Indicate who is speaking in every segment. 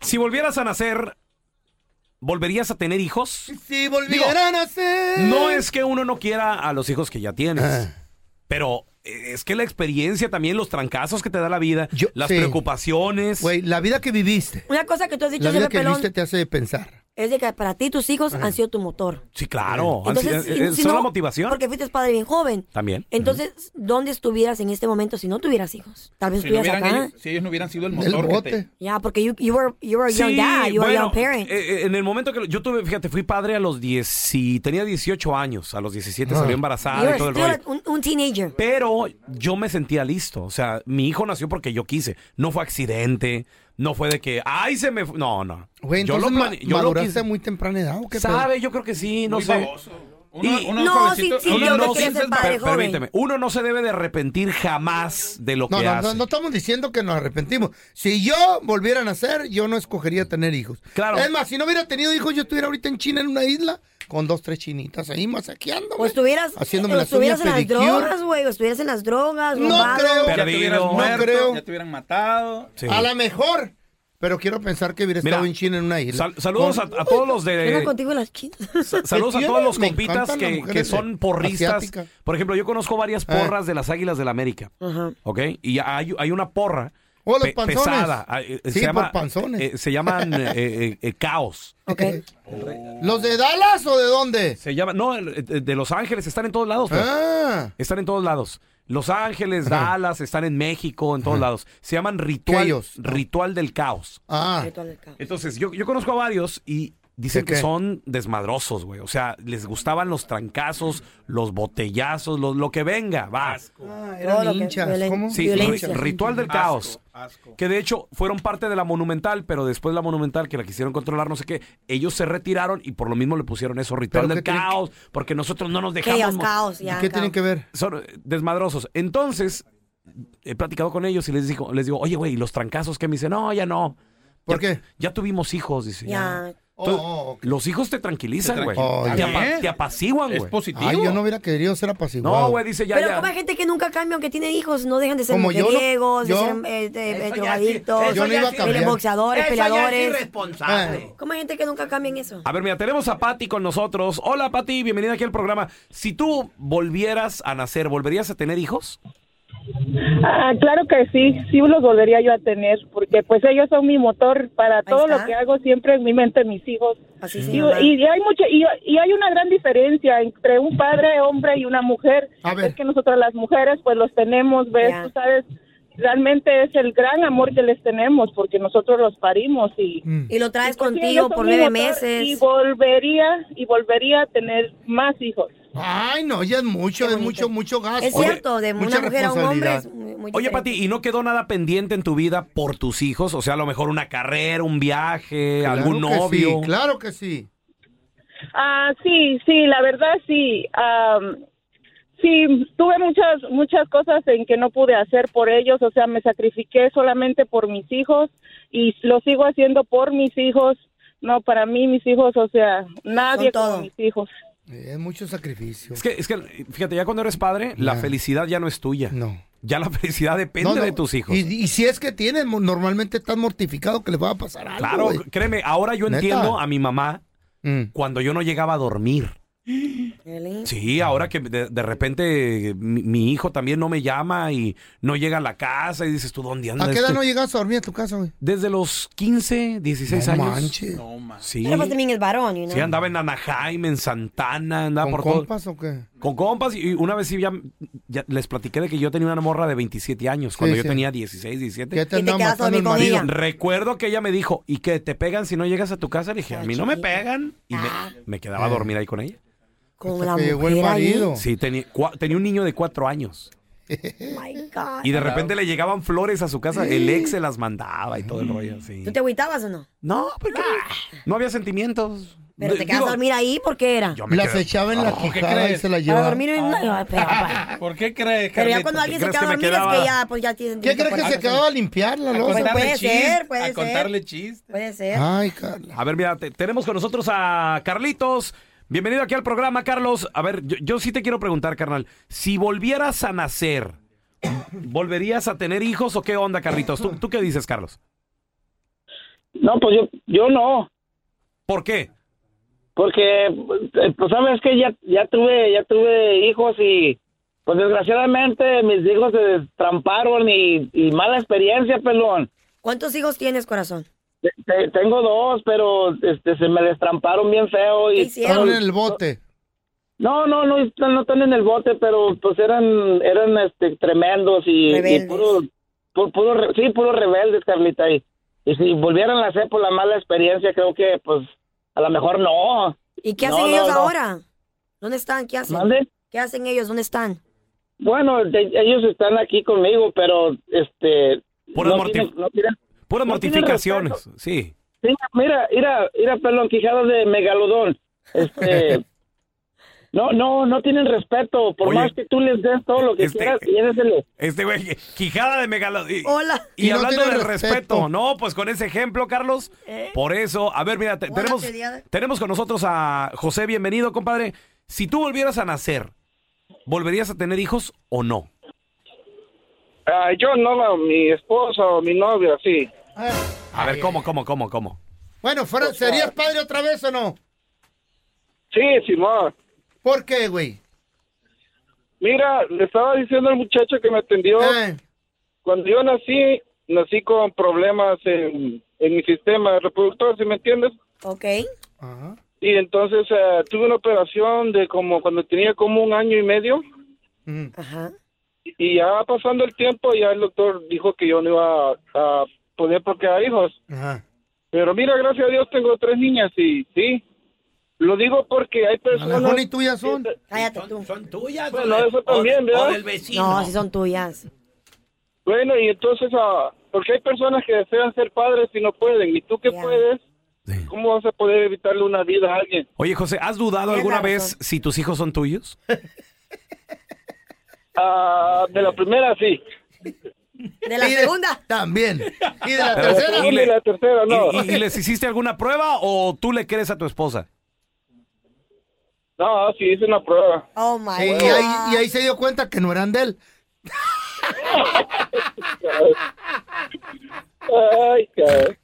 Speaker 1: Si volvieras a nacer, ¿volverías a tener hijos?
Speaker 2: Si volvieran a ser.
Speaker 1: No es que uno no quiera a los hijos que ya tienes,
Speaker 2: Ah.
Speaker 1: pero eh, es que la experiencia también, los trancazos que te da la vida,
Speaker 2: Yo-
Speaker 1: las
Speaker 2: sí.
Speaker 1: preocupaciones.
Speaker 2: Güey, la vida que viviste,
Speaker 3: Una cosa que tú has dicho,
Speaker 2: la vida
Speaker 3: Pepe
Speaker 2: que
Speaker 3: Pelón,
Speaker 2: viviste te hace pensar.
Speaker 3: es de que para ti tus hijos han sido tu motor.
Speaker 1: sí, claro. han
Speaker 3: Entonces,
Speaker 1: sido-
Speaker 3: si-
Speaker 1: eh,
Speaker 3: si
Speaker 1: son
Speaker 3: no-
Speaker 1: la motivación.
Speaker 3: Porque fuiste padre bien joven.
Speaker 1: También.
Speaker 3: Entonces, ¿dónde estuvieras en este momento si no tuvieras hijos? Tal vez
Speaker 4: Si, no
Speaker 3: estuvieras
Speaker 4: hubieran-
Speaker 3: acá.
Speaker 4: ellos, si ellos no hubieran sido el
Speaker 2: El
Speaker 4: motor que te-
Speaker 2: bote.
Speaker 3: Ya, porque you, you were, you were a young
Speaker 1: Sí,
Speaker 3: dad, you were a
Speaker 1: bueno,
Speaker 3: young parent.
Speaker 1: eh, eh, en el momento que lo- yo tuve, fíjate, fui padre a los 10 y tenía 18 años, a los 17
Speaker 2: Ah.
Speaker 1: salió
Speaker 3: you
Speaker 1: embarazada y
Speaker 3: were
Speaker 1: todo el
Speaker 3: still
Speaker 1: rollo.
Speaker 3: a- un, un teenager.
Speaker 1: Pero yo me sentía listo, o sea, mi hijo nació porque yo quise, no fue accidente, no fue de que, ay, se me, fu-". no, no.
Speaker 2: Güey,
Speaker 1: yo
Speaker 2: Pues entonces ma-
Speaker 1: plane- yo
Speaker 2: maduraste
Speaker 1: quise.
Speaker 2: a muy temprana edad, ¿o qué pedo?
Speaker 1: Sabe, yo creo que sí, no
Speaker 4: muy
Speaker 1: sé.
Speaker 4: baboso. Uno,
Speaker 1: Y-
Speaker 4: uno
Speaker 3: No,
Speaker 4: jovencito-
Speaker 3: sí, sí,
Speaker 4: uno
Speaker 3: yo
Speaker 4: no
Speaker 3: creo que
Speaker 4: piensa
Speaker 3: es
Speaker 4: en-
Speaker 3: el padre
Speaker 1: per-
Speaker 3: joven.
Speaker 1: permíteme, uno no se debe de arrepentir jamás de lo
Speaker 2: No,
Speaker 1: que
Speaker 2: no,
Speaker 1: hace.
Speaker 2: no, no estamos diciendo que nos arrepentimos. Si yo volviera a nacer, yo no escogería tener hijos.
Speaker 1: Claro.
Speaker 2: Es más, si no hubiera tenido hijos, yo estuviera ahorita en China en una isla con dos, tres chinitas ahí masaqueando.
Speaker 3: O estuvieras,
Speaker 2: Haciéndome
Speaker 3: o
Speaker 2: las uñas
Speaker 3: estuvieras en las
Speaker 2: pedicure.
Speaker 3: drogas, güey, o estuvieras en las drogas,
Speaker 2: No
Speaker 3: robado.
Speaker 2: creo.
Speaker 4: Ya te hubieran
Speaker 1: Perdido. No
Speaker 4: muerto,
Speaker 2: creo.
Speaker 4: ya te hubieran matado.
Speaker 1: Sí.
Speaker 2: A lo mejor. Pero quiero pensar que hubiera
Speaker 1: Mira,
Speaker 2: estado en China en una isla.
Speaker 1: Sal- saludos a,
Speaker 2: Con-
Speaker 1: a todos los
Speaker 3: Yo no
Speaker 1: de
Speaker 3: contigo las chinas.
Speaker 1: Sa- Saludos a
Speaker 2: tiene?
Speaker 1: todos los
Speaker 2: Me
Speaker 1: compitas
Speaker 2: encantan las
Speaker 1: que,
Speaker 2: mujeres Ah.
Speaker 1: que
Speaker 2: de-
Speaker 1: son porristas.
Speaker 2: asiáticas.
Speaker 1: Por ejemplo, yo conozco varias porras de las Águilas del América. ¿Ok? Y hay, hay una porra
Speaker 2: Oh, los
Speaker 1: pe-
Speaker 2: panzones.
Speaker 1: pesada. ah, eh,
Speaker 2: Sí,
Speaker 1: se
Speaker 2: por
Speaker 1: llama,
Speaker 2: panzones.
Speaker 1: eh, se llaman eh, eh, eh, Caos.
Speaker 3: Ok.
Speaker 2: ¿Los de Dallas o de dónde?
Speaker 1: Se llama, no, el- eh, de Los Ángeles, están en todos lados. Fer.
Speaker 2: Ah,
Speaker 1: Están en todos lados. Los Ángeles,
Speaker 2: Ajá.
Speaker 1: Dallas, están en México, en todos lados. Se llaman Ritual,
Speaker 2: Chaos.
Speaker 1: ritual del Caos.
Speaker 2: ah.
Speaker 3: Ritual del cabo.
Speaker 1: Entonces, yo, yo conozco a varios y dicen
Speaker 2: ¿De
Speaker 1: que
Speaker 2: qué?
Speaker 1: son desmadrosos, güey. O sea, les gustaban los trancazos, los botellazos, lo, lo que venga, va.
Speaker 2: Ah,
Speaker 3: Todo lo
Speaker 2: eran
Speaker 3: que-
Speaker 2: hinchas.
Speaker 3: violen-
Speaker 2: ¿Cómo?
Speaker 1: Sí,
Speaker 3: Violencia.
Speaker 1: ri- ritual del caos.
Speaker 4: asco.
Speaker 1: Que de hecho fueron parte de la Monumental, pero después la Monumental, que la quisieron controlar, no sé qué, ellos se retiraron y por lo mismo le pusieron eso, ritual
Speaker 2: ¿Pero
Speaker 1: del
Speaker 2: qué tiene que-
Speaker 1: caos, porque nosotros no nos dejamos.
Speaker 3: Chaos,
Speaker 1: mo-
Speaker 3: caos,
Speaker 2: ¿Y
Speaker 3: ya.
Speaker 2: qué
Speaker 3: caos.
Speaker 2: tienen que ver?
Speaker 1: Son eh, desmadrosos. Entonces, he platicado con ellos y les digo, les digo oye, güey, ¿y los trancazos que me dicen, no, ya no.
Speaker 2: ¿Por
Speaker 1: Ya-
Speaker 2: qué?
Speaker 1: Ya tuvimos hijos, dice. ya.
Speaker 3: Ya.
Speaker 1: Entonces,
Speaker 2: Oh, ok.
Speaker 1: Los hijos te tranquilizan,
Speaker 4: Te
Speaker 1: güey.
Speaker 2: tranquilizan.
Speaker 1: Te,
Speaker 4: Oye.
Speaker 1: apa- te apaciguan,
Speaker 4: Es
Speaker 1: güey.
Speaker 4: positivo.
Speaker 2: Ay, yo no hubiera querido ser apaciguado.
Speaker 1: No, güey, dice ya,
Speaker 3: Pero
Speaker 1: ya.
Speaker 3: como hay gente que nunca cambia, aunque tiene hijos, no dejan de ser
Speaker 2: Como yo no-
Speaker 3: mujeriegos,
Speaker 2: yo-
Speaker 3: de ser eh, de- eh,
Speaker 1: Eso ya sí,
Speaker 3: drogadictos,
Speaker 1: eso Yo
Speaker 2: no ya iba a sí. cambiar.
Speaker 3: boxeadores, peleadores. Ah,
Speaker 1: irresponsable.
Speaker 3: ¿Cómo hay gente que nunca cambia en eso?
Speaker 1: A ver, mira, tenemos a Patti con nosotros. Hola, Patti, bienvenida aquí al programa. Si tú volvieras a nacer, ¿volverías a tener hijos?
Speaker 5: Ah, claro que sí, sí los volvería yo a tener, porque pues ellos son mi motor para todo
Speaker 3: está.
Speaker 5: lo que hago, siempre en mi mente mis hijos.
Speaker 3: Así se
Speaker 5: Y,
Speaker 3: llama.
Speaker 5: y hay mucho, y, y hay una gran diferencia entre un padre hombre y una mujer.
Speaker 2: A ver.
Speaker 5: Es que nosotros las mujeres pues los tenemos, ves,
Speaker 3: Ya.
Speaker 5: tú sabes, realmente es el gran amor que les tenemos, porque nosotros los parimos y...
Speaker 2: Mm.
Speaker 3: Y lo traes
Speaker 5: Pues, sí,
Speaker 3: contigo
Speaker 5: ellos son
Speaker 3: por
Speaker 5: mi
Speaker 3: nueve
Speaker 5: motor Y
Speaker 3: meses.
Speaker 5: volvería, y volvería a tener más hijos.
Speaker 2: Ay, no, ya es mucho,
Speaker 3: Qué
Speaker 2: es
Speaker 3: bonito.
Speaker 2: mucho, Ah, mucho gasto.
Speaker 3: Es
Speaker 1: Oye,
Speaker 3: cierto, de
Speaker 2: mucha
Speaker 3: una mujer a un hombre es
Speaker 2: responsabilidad.
Speaker 3: muy, muy
Speaker 1: Oye,
Speaker 3: diferente.
Speaker 1: Pati, ¿y no quedó nada pendiente en tu vida por tus hijos? O sea, a lo mejor una carrera, un viaje,
Speaker 2: Claro
Speaker 1: algún
Speaker 2: que
Speaker 1: novio.
Speaker 2: Sí, claro que sí.
Speaker 5: Ah, sí, sí, la verdad sí. Am, sí, tuve muchas, muchas cosas en que no pude hacer por ellos, o sea, me sacrifiqué solamente por mis hijos y lo sigo haciendo por mis hijos. No, para mí mis hijos, o sea, nadie
Speaker 3: todo.
Speaker 5: como mis hijos.
Speaker 2: Es mucho sacrificio.
Speaker 1: Es que, es que, fíjate, ya cuando eres padre, la
Speaker 2: Ya.
Speaker 1: felicidad ya no es tuya.
Speaker 2: No.
Speaker 1: Ya la felicidad depende
Speaker 2: No, no.
Speaker 1: de tus hijos.
Speaker 2: Y, y si es que tienes, mo- normalmente estás mortificado que les va a pasar algo.
Speaker 1: Claro,
Speaker 2: güey.
Speaker 1: créeme, ahora yo
Speaker 2: Neta.
Speaker 1: entiendo a mi mamá
Speaker 2: Mm.
Speaker 1: cuando yo no llegaba a dormir.
Speaker 3: Really?
Speaker 1: Sí, ahora que de, de repente mi, mi hijo también no me llama y no llega a la casa y dices tú, ¿dónde andas?
Speaker 2: ¿A qué edad
Speaker 1: Este-
Speaker 2: no llegas a dormir a tu casa, güey?
Speaker 1: Desde los 15, 16
Speaker 2: No
Speaker 1: años.
Speaker 2: manches.
Speaker 4: No, man.
Speaker 1: Sí.
Speaker 3: Pero pues también es varón, you know.
Speaker 1: Sí, andaba en Anaheim, en Santana,
Speaker 2: ¿Con
Speaker 1: andaba por todo.
Speaker 2: compas o qué?
Speaker 1: Con compas y y una vez sí ya, ya les platiqué de que yo tenía una morra de 27 años, cuando yo
Speaker 2: sí.
Speaker 1: tenía 16, 17.
Speaker 2: ¿Qué
Speaker 3: te
Speaker 2: te andaba
Speaker 3: quedas a dormir
Speaker 2: matando el
Speaker 3: con
Speaker 2: marido?
Speaker 3: ella?
Speaker 1: Recuerdo que ella me dijo, ¿y que te pegan si no llegas a tu casa? Le dije, a mí no me pegan. Y me, me quedaba a dormir ahí con ella.
Speaker 3: Con
Speaker 2: Hasta
Speaker 3: la
Speaker 2: que
Speaker 3: ah. mujer
Speaker 2: Eh. llegó el
Speaker 3: ahí.
Speaker 2: marido.
Speaker 1: Sí, tenía, cua- tenía un niño de cuatro años.
Speaker 3: Oh My God.
Speaker 1: Y de repente le llegaban flores a su casa, el ex se las mandaba y todo el rollo así.
Speaker 3: ¿Tú te agüitabas o no? Ah,
Speaker 1: No, porque no había sentimientos.
Speaker 3: Pero
Speaker 1: D-
Speaker 3: te quedas
Speaker 1: digo,
Speaker 3: a dormir ahí porque era.
Speaker 1: yo me
Speaker 2: Las
Speaker 1: quedé-
Speaker 2: echaba en la quijada y
Speaker 4: crees?
Speaker 2: se
Speaker 3: Para
Speaker 2: las llevaba.
Speaker 3: dormir en una. Pero,
Speaker 4: ¿Por qué crees,
Speaker 3: pero ya
Speaker 4: Carlita?
Speaker 3: cuando alguien se
Speaker 1: crees
Speaker 3: queda a
Speaker 1: que me
Speaker 3: dormir es que
Speaker 1: quedaba?
Speaker 3: ya, pues ya tiene.
Speaker 2: ¿Qué crees que se quedaba a limpiar la
Speaker 4: A
Speaker 3: Pues
Speaker 2: losa?
Speaker 4: contarle
Speaker 3: puede
Speaker 4: chiste,
Speaker 3: ser, puede
Speaker 4: a
Speaker 3: ser.
Speaker 4: contarle chiste.
Speaker 3: Puede ser.
Speaker 2: Ay, Carla.
Speaker 1: A ver, mira, te- tenemos con nosotros a Carlitos. Bienvenido aquí al programa, Carlos. A ver, yo, yo sí te quiero preguntar, carnal. Si volvieras a nacer, ¿volverías a tener hijos o qué onda, Carlitos? ¿Tú, tú qué dices, Carlos?
Speaker 6: No, pues yo, yo no,
Speaker 1: ¿Por qué?
Speaker 6: porque eh, pues sabes que ya, ya tuve, ya tuve hijos y pues desgraciadamente mis hijos se tramparon y, y mala experiencia, pelón.
Speaker 3: ¿Cuántos hijos tienes, corazón?
Speaker 6: Te- te- tengo dos, pero este se me destramparon bien feo
Speaker 3: ¿Qué
Speaker 6: y
Speaker 3: hicieron?
Speaker 2: Estaban en el bote.
Speaker 6: no, no, no, están- no están en el bote, pero pues eran, eran este tremendos y, y
Speaker 3: Rebeldes.
Speaker 6: puro, pu- puro re- sí, puros rebeldes, Carlita, y, y si volvieran a hacer por la mala experiencia, creo que pues a lo mejor no,
Speaker 3: ¿Y qué
Speaker 6: No,
Speaker 3: hacen
Speaker 6: no,
Speaker 3: ellos
Speaker 6: no.
Speaker 3: ahora? ¿Dónde están? ¿Qué hacen?
Speaker 6: ¿Mande?
Speaker 3: ¿Qué hacen ellos? ¿Dónde están?
Speaker 6: Bueno, de- ellos están aquí conmigo, pero este
Speaker 1: Puras
Speaker 6: no tienen-
Speaker 1: mortif-
Speaker 6: no tienen-
Speaker 1: Puras
Speaker 6: No tiene
Speaker 1: mortificaciones. Sí.
Speaker 6: Sí, mira, mira, mira, pelón, quijada de megalodón. Este, no, no, no tienen respeto. Por
Speaker 1: Oye,
Speaker 6: más que tú les des todo lo que
Speaker 1: este-
Speaker 6: quieras, lléveselo.
Speaker 1: Este güey, quijada de megalo. Y,
Speaker 3: Hola.
Speaker 1: y
Speaker 2: Y no
Speaker 1: hablando
Speaker 2: tiene
Speaker 1: del respeto.
Speaker 2: respeto.
Speaker 1: no, pues con ese ejemplo, Carlos.
Speaker 3: ¿Eh?
Speaker 1: Por eso, a ver, mira, te-
Speaker 3: Hola,
Speaker 1: tenemos,
Speaker 3: Tediada.
Speaker 1: tenemos con nosotros a José. Bienvenido, compadre. Si tú volvieras a nacer, ¿volverías a tener hijos o no?
Speaker 7: Ah, yo no, mi esposa o mi novia, sí.
Speaker 2: Ah,
Speaker 1: A ver, ¿cómo, cómo, cómo, cómo?
Speaker 2: Bueno, fuera- ¿serías padre otra vez o no?
Speaker 7: Sí, Simón.
Speaker 2: ¿Por qué, güey?
Speaker 7: Mira, le estaba diciendo al muchacho que me atendió,
Speaker 2: Eh,
Speaker 7: cuando yo nací, nací con problemas en, en mi sistema reproductor, si me entiendes?
Speaker 3: Ok.
Speaker 2: ajá.
Speaker 7: Y entonces eh, tuve una operación de como cuando tenía como un año y medio.
Speaker 2: Mm.
Speaker 3: Ajá.
Speaker 7: Y ya pasando el tiempo, ya el doctor dijo que yo no iba a, a poder procrear hijos.
Speaker 2: Ajá.
Speaker 7: Pero mira, gracias a Dios tengo tres niñas y sí. Lo digo porque hay
Speaker 2: A lo
Speaker 7: personas...
Speaker 2: mejor ni tuyas son.
Speaker 3: Cállate tú.
Speaker 4: tuyas.
Speaker 7: Bueno, o de- eso también, o de- o ¿verdad? del
Speaker 3: No, si son tuyas.
Speaker 7: Bueno, y entonces, ah, porque hay personas que desean ser padres y no pueden, y tú que
Speaker 3: Ya.
Speaker 7: puedes,
Speaker 1: Sí.
Speaker 7: ¿cómo vas a poder evitarle una vida a alguien?
Speaker 1: Oye, José, ¿has dudado
Speaker 3: Tienes
Speaker 1: alguna
Speaker 3: la
Speaker 1: vez
Speaker 3: razón.
Speaker 1: si tus hijos son tuyos?
Speaker 7: Ah, de la primera sí,
Speaker 3: De la
Speaker 2: Y de-
Speaker 3: segunda.
Speaker 2: También. Y de la
Speaker 1: Pero-
Speaker 2: tercera.
Speaker 7: y de la tercera
Speaker 1: ¿Y,
Speaker 7: no.
Speaker 1: y- y les hiciste alguna prueba o tú le crees a tu esposa?
Speaker 7: No, ah, sí, hice una prueba.
Speaker 3: Oh my
Speaker 2: Sí, y,
Speaker 3: God.
Speaker 2: ahí, y ahí se dio cuenta que no eran de él.
Speaker 7: Ay, cabrón.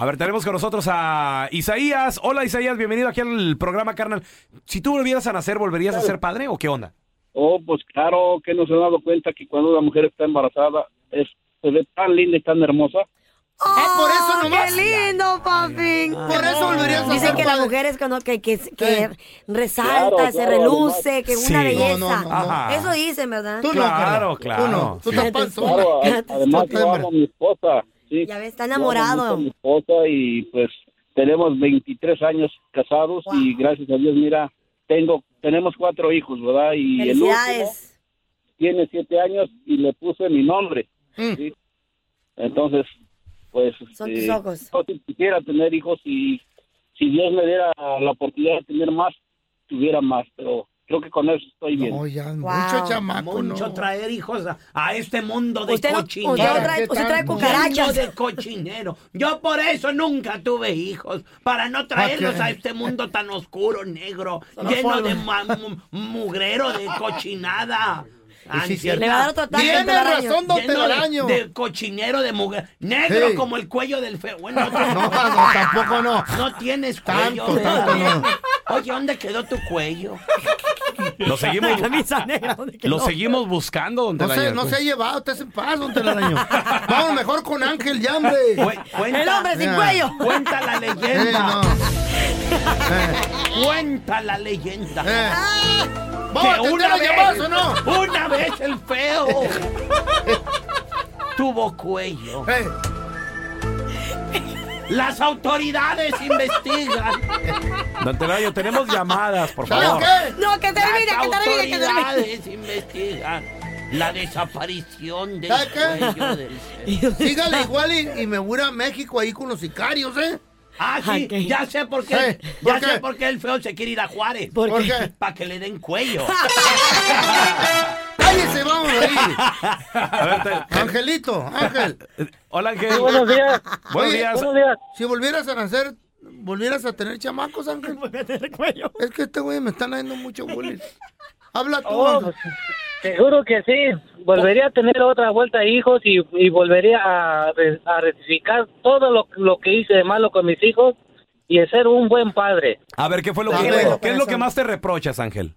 Speaker 1: A ver, tenemos con nosotros a Isaías. Hola, Isaías, bienvenido aquí al programa, carnal. Si tú volvieras a nacer, ¿volverías a ser padre o qué onda?
Speaker 6: Oh, pues claro que no se han dado cuenta que cuando una mujer está embarazada es, se ve tan linda y tan hermosa.
Speaker 2: Ah, por eso nomás.
Speaker 3: ¡Oh! ¡Qué lindo, papi!
Speaker 2: Por eso volverías a
Speaker 3: Dicen
Speaker 2: ser
Speaker 3: que las
Speaker 2: padre.
Speaker 3: mujeres cuando- que, que, que
Speaker 2: Eh.
Speaker 3: resalta,
Speaker 6: Claro,
Speaker 3: se
Speaker 6: claro,
Speaker 3: reluce, que
Speaker 1: Sí.
Speaker 3: una
Speaker 1: No,
Speaker 3: belleza.
Speaker 2: no, no,
Speaker 1: no. Ajá.
Speaker 3: Eso dicen, ¿verdad?
Speaker 2: Tú no,
Speaker 1: Claro,
Speaker 2: claro,
Speaker 1: claro,
Speaker 2: Tú no. Tú
Speaker 1: sí.
Speaker 2: estás panzona.
Speaker 6: Claro, a-
Speaker 3: Cállate,
Speaker 6: además
Speaker 2: tú,
Speaker 6: yo
Speaker 2: Temer.
Speaker 6: amo a mi esposa. sí.
Speaker 3: Ya ves, está
Speaker 6: Yo amo
Speaker 3: enamorado.
Speaker 6: mucho a mi esposa y pues tenemos 23 años casados
Speaker 3: Wow.
Speaker 6: y gracias a Dios, mira, tengo tenemos cuatro hijos, ¿verdad? Y el último
Speaker 3: Felicidades.
Speaker 6: tiene siete años y le puse mi nombre.
Speaker 2: Mm.
Speaker 6: ¿sí? Entonces, pues...
Speaker 3: Son
Speaker 6: este,
Speaker 3: tus ojos.
Speaker 6: yo si quisiera tener hijos y si Dios me diera la oportunidad de tener más, tuviera más, pero creo que con eso estoy bien.
Speaker 3: Oh,
Speaker 2: No, ya,
Speaker 3: Wow.
Speaker 2: mucho chamaco, no.
Speaker 4: traer hijos a, a este mundo de
Speaker 3: Usted, no, usted no
Speaker 4: cochinero.
Speaker 3: trae,
Speaker 2: ¿Qué
Speaker 3: usted trae
Speaker 2: tal?
Speaker 4: Mundo
Speaker 3: cucarachas.
Speaker 4: de cochinero. Yo por eso nunca tuve hijos, para no traerlos
Speaker 2: qué?
Speaker 4: a este mundo tan oscuro, negro,
Speaker 3: Solo
Speaker 4: lleno
Speaker 3: polvo.
Speaker 4: de ma- mu- mugrero, de cochinada.
Speaker 2: sí,
Speaker 4: Ansiedad.
Speaker 2: cierto.
Speaker 3: Le va a dar otro ataque.
Speaker 2: Tiene
Speaker 3: el telaraño.
Speaker 2: razón, don
Speaker 4: Lleno de-
Speaker 2: Telaraño.
Speaker 4: De, cochinero de mujer. Negro
Speaker 2: Sí.
Speaker 4: como el cuello del feo. Bueno, no,
Speaker 2: No, no,
Speaker 4: tienes-
Speaker 2: tampoco no.
Speaker 4: no tienes cuello.
Speaker 2: Tanto, tanto no.
Speaker 4: Oye, ¿dónde quedó tu cuello?
Speaker 1: Lo seguimos, lo seguimos buscando, don
Speaker 2: No se,
Speaker 1: Telaraño.
Speaker 2: no
Speaker 4: pues.
Speaker 2: se ha llevado, estés en paz, don Telaraño. Vamos mejor con Ángel, ya, hombre.
Speaker 4: Cue- cuenta-
Speaker 3: El hombre sin
Speaker 2: Ya.
Speaker 3: cuello.
Speaker 4: Cuenta la
Speaker 2: Eh,
Speaker 4: leyenda.
Speaker 2: no. Eh,
Speaker 4: Cuenta la leyenda.
Speaker 2: eh. Vamos a
Speaker 4: que
Speaker 2: atender
Speaker 4: una
Speaker 2: las llamadas o
Speaker 4: vez,
Speaker 2: no.
Speaker 4: una vez el feo tuvo cuello.
Speaker 2: Eh,
Speaker 4: Las autoridades investigan.
Speaker 1: Don Telaraño, tenemos llamadas, por
Speaker 2: ¿Sabes
Speaker 1: favor.
Speaker 2: qué?
Speaker 3: No, que
Speaker 4: Las
Speaker 3: termine, que termine, que termine.
Speaker 4: autoridades investigan. La desaparición del
Speaker 2: ¿Sabes qué?
Speaker 4: cuello del cerdo.
Speaker 2: Sígale igual y, y me voy a ir a México ahí con los sicarios, ¿eh?
Speaker 4: Ah, sí,
Speaker 3: Ok.
Speaker 4: ya sé por qué.
Speaker 2: Eh, ¿por
Speaker 4: ya
Speaker 2: qué?
Speaker 4: sé por qué el feo se quiere ir a Juárez.
Speaker 3: ¿Por
Speaker 2: ¿Por
Speaker 3: qué?
Speaker 2: qué?
Speaker 4: Para que le den cuello.
Speaker 2: ¡Cállese, vamos ahí!
Speaker 1: A ver, te-
Speaker 2: Angelito, Ángel.
Speaker 1: eh, hola Ángel.
Speaker 8: Sí, buenos días.
Speaker 1: Buenos
Speaker 2: Oye,
Speaker 1: días.
Speaker 8: Buenos días.
Speaker 2: Si volvieras a nacer, volvieras a tener chamacos, Ángel. Es que este güey me están haciendo mucho bullying. Habla tú,
Speaker 8: Oh,
Speaker 2: Ángel.
Speaker 8: pues, seguro que sí. Volvería a tener otra vuelta hijos y, y volvería a, re- a rectificar todo lo, lo que hice de malo con mis hijos y a ser un buen padre.
Speaker 1: A ver, ¿qué fue lo
Speaker 2: Dale,
Speaker 1: que,
Speaker 2: corazón.
Speaker 1: ¿qué es lo que más te reprochas, Ángel?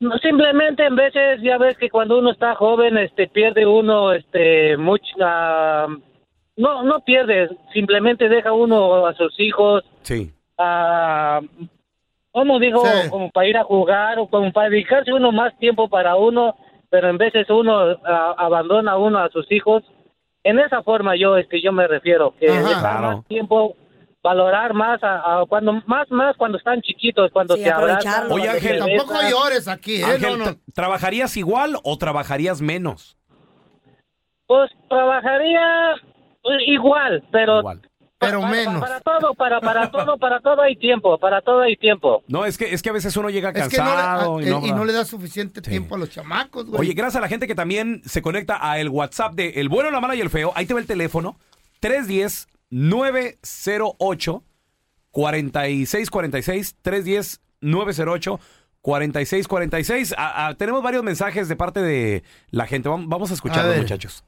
Speaker 8: No, simplemente en veces ya ves que cuando uno está joven este pierde uno este mucho no no pierde simplemente deja uno a sus hijos
Speaker 1: Sí.
Speaker 8: a como digo
Speaker 2: Sí.
Speaker 8: como para ir a jugar o como para dedicarse uno más tiempo para uno pero en veces uno ah, abandona uno a sus hijos en esa forma yo este yo me refiero que
Speaker 2: Ajá.
Speaker 8: dejar
Speaker 1: Claro.
Speaker 8: más tiempo valorar más a, a cuando más más cuando están chiquitos cuando
Speaker 3: Sí,
Speaker 8: se abrazan
Speaker 3: aprovecharlo.
Speaker 1: Oye,
Speaker 8: cuando se
Speaker 1: Ángel,
Speaker 8: besan.
Speaker 2: Tampoco llores aquí, ¿eh? no,
Speaker 1: Ángel,
Speaker 2: no.
Speaker 1: ¿tra- ¿trabajarías igual o trabajarías menos?
Speaker 8: Pues trabajaría pues, igual, pero
Speaker 1: Igual.
Speaker 2: Pero
Speaker 8: para,
Speaker 2: menos.
Speaker 8: Para, todo, para para todo, para todo hay tiempo, para todo hay tiempo.
Speaker 1: No, es que, es que a veces uno llega
Speaker 2: Es que no le,
Speaker 1: cansado
Speaker 2: a-
Speaker 1: y no,
Speaker 2: y no le da suficiente
Speaker 1: Sí.
Speaker 2: tiempo a los chamacos, güey.
Speaker 1: Oye, gracias a la gente que también se conecta a el WhatsApp de El Bueno, la Mala y el Feo. Ahí te va el teléfono. 310 908 4646 310 908 4646. A- a- Ah, tenemos varios mensajes de parte de la gente. Vam- Vamos a escucharlos,
Speaker 2: ver.
Speaker 1: muchachos.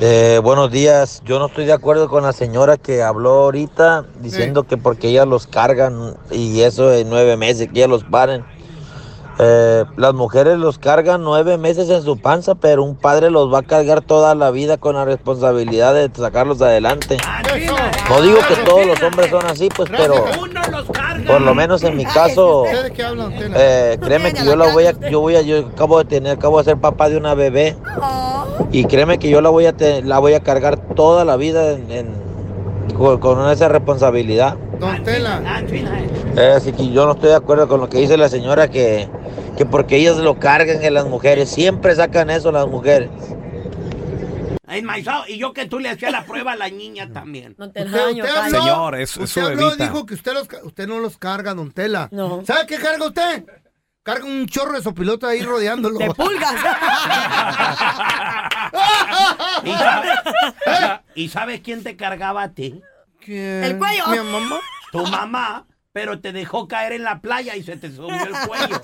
Speaker 9: Eh, buenos días, yo no estoy de acuerdo con la señora que habló ahorita
Speaker 2: Eh.
Speaker 9: diciendo que porque ellas los cargan y eso en nueve meses, que ellas los paren. Eh, las mujeres los cargan nueve meses en su panza, pero un padre los va a cargar toda la vida con la responsabilidad de sacarlos adelante.
Speaker 2: Eso.
Speaker 9: No digo que todos los hombres son así, pues, pero
Speaker 4: Uno los carga.
Speaker 9: por lo menos en mi caso...
Speaker 2: ¿Ustedes qué hablan, Tela?
Speaker 9: Eh, créeme que yo la voy a, yo voy a, yo acabo de tener, acabo de ser papá de una bebé y créeme que yo la voy a, te- la voy a cargar toda la vida en- en- con, con esa responsabilidad.
Speaker 2: Don Tela.
Speaker 4: Ah, china, eh.
Speaker 9: Eh, así que yo no estoy de acuerdo con lo que dice la señora que, que porque ellas lo cargan en las mujeres, siempre sacan eso las mujeres.
Speaker 4: Enmaizado. Y yo que tú le hacía la prueba a la niña también.
Speaker 3: No te
Speaker 2: Usted,
Speaker 3: daño,
Speaker 2: usted
Speaker 3: Carlos.
Speaker 2: habló,
Speaker 1: Señor, es- es su
Speaker 2: usted habló,
Speaker 1: bebita.
Speaker 2: dijo que usted, los, ca- usted no los carga, don Tela.
Speaker 3: No.
Speaker 2: ¿Sabe qué carga usted? Carga un chorro de sopilota ahí rodeándolo.
Speaker 3: De pulgas.
Speaker 4: ¿Y sabes, ¿Y sabes quién te cargaba a ti?
Speaker 2: ¿Quién?
Speaker 3: El cuello.
Speaker 2: Mi mamá.
Speaker 4: Tu mamá. Pero te dejó caer en la playa y se te subió el cuello.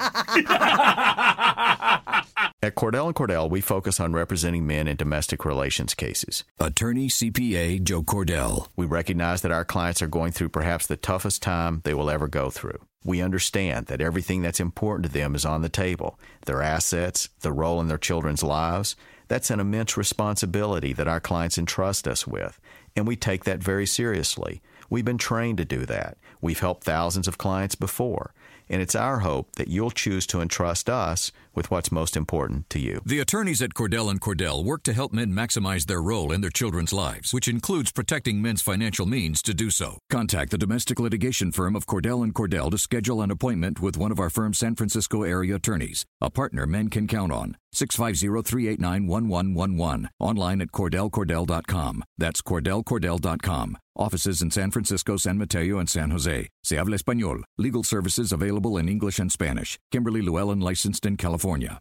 Speaker 10: At Cordell and Cordell, we focus on representing men in domestic relations cases.
Speaker 11: Attorney CPA Joe Cordell.
Speaker 10: We recognize that our clients are going through perhaps the toughest time they will ever go through. We understand that everything that's important to them is on the table their assets, their role in their children's lives. That's an immense responsibility that our clients entrust us with, and we take that very seriously. We've been trained to do that. We've helped thousands of clients before, and it's our hope that you'll choose to entrust us with what's most important to you.
Speaker 11: The attorneys at Cordell and Cordell work to help men maximize their role in their children's lives, which includes protecting men's financial means to do so. Contact the domestic litigation firm of Cordell and Cordell to schedule an appointment with one of our firm's San Francisco area attorneys, a partner men can count on. 650-389-1111. Online at cordellcordell.com. That's cordellcordell.com. Offices in San Francisco, San Mateo, and San Jose. Se habla español. Legal services available in English and Spanish. Kimberly Llewellyn licensed in California.